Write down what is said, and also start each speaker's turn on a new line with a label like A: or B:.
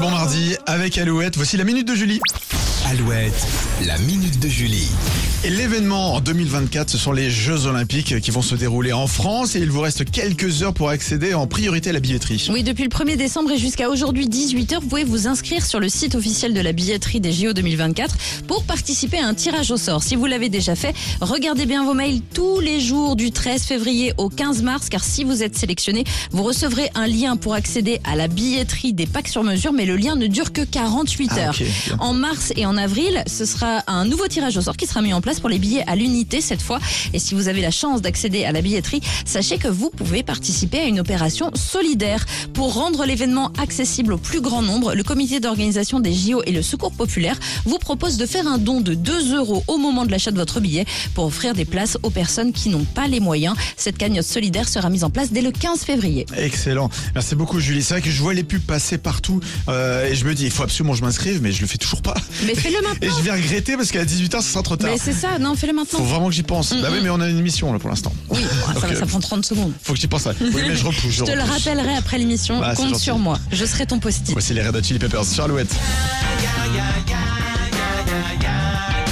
A: bon mardi avec Alouette. Voici la minute de Julie.
B: Alouette, la minute de Julie.
A: Et l'événement en 2024, ce sont les Jeux Olympiques qui vont se dérouler en France et il vous reste quelques heures pour accéder en priorité à la billetterie.
C: Oui, depuis le 1er décembre et jusqu'à aujourd'hui 18h, vous pouvez vous inscrire sur le site officiel de la billetterie des JO 2024 pour participer à un tirage au sort. Si vous l'avez déjà fait, regardez bien vos mails tous les jours du 13 février au 15 mars car si vous êtes sélectionné, vous recevrez un lien pour accéder à la billetterie des packs sur mesure mais le lien ne dure que 48
A: Ah,
C: heures.
A: ok, bien.
C: En mars et en avril, ce sera un nouveau tirage au sort qui sera mis en place pour les billets à l'unité cette fois. Et si vous avez la chance d'accéder à la billetterie, sachez que vous pouvez participer à une opération solidaire. Pour rendre l'événement accessible au plus grand nombre, le comité d'organisation des JO et le Secours populaire vous propose de faire un don de 2 euros au moment de l'achat de votre billet pour offrir des places aux personnes qui n'ont pas les moyens. Cette cagnotte solidaire sera mise en place dès le 15 février.
A: Excellent. Merci beaucoup Julie. C'est vrai que je vois les pubs passer partout euh, et je me dis il faut absolument que je m'inscrive mais je le fais toujours pas.
C: Mais fais-le
A: Et
C: maintenant
A: je vais regretter parce qu'à 18h ce sera trop tard.
C: Mais c'est ça, non, fais-le maintenant.
A: Faut vraiment que j'y pense. Bah oui mais on a une émission là pour l'instant.
C: Oui, ça, va,
A: Ok.
C: ça prend 30 secondes.
A: Faut que j'y pense. ouais. Oui mais je repousse.
C: Je te le
A: repousse.
C: rappellerai après l'émission.
A: Bah, c'est
C: Compte
A: gentil.
C: sur moi. Je serai ton post-it.
A: Voici les Red Hot Chili Peppers. Charlouette.
D: yeah, yeah, yeah, yeah, yeah, yeah.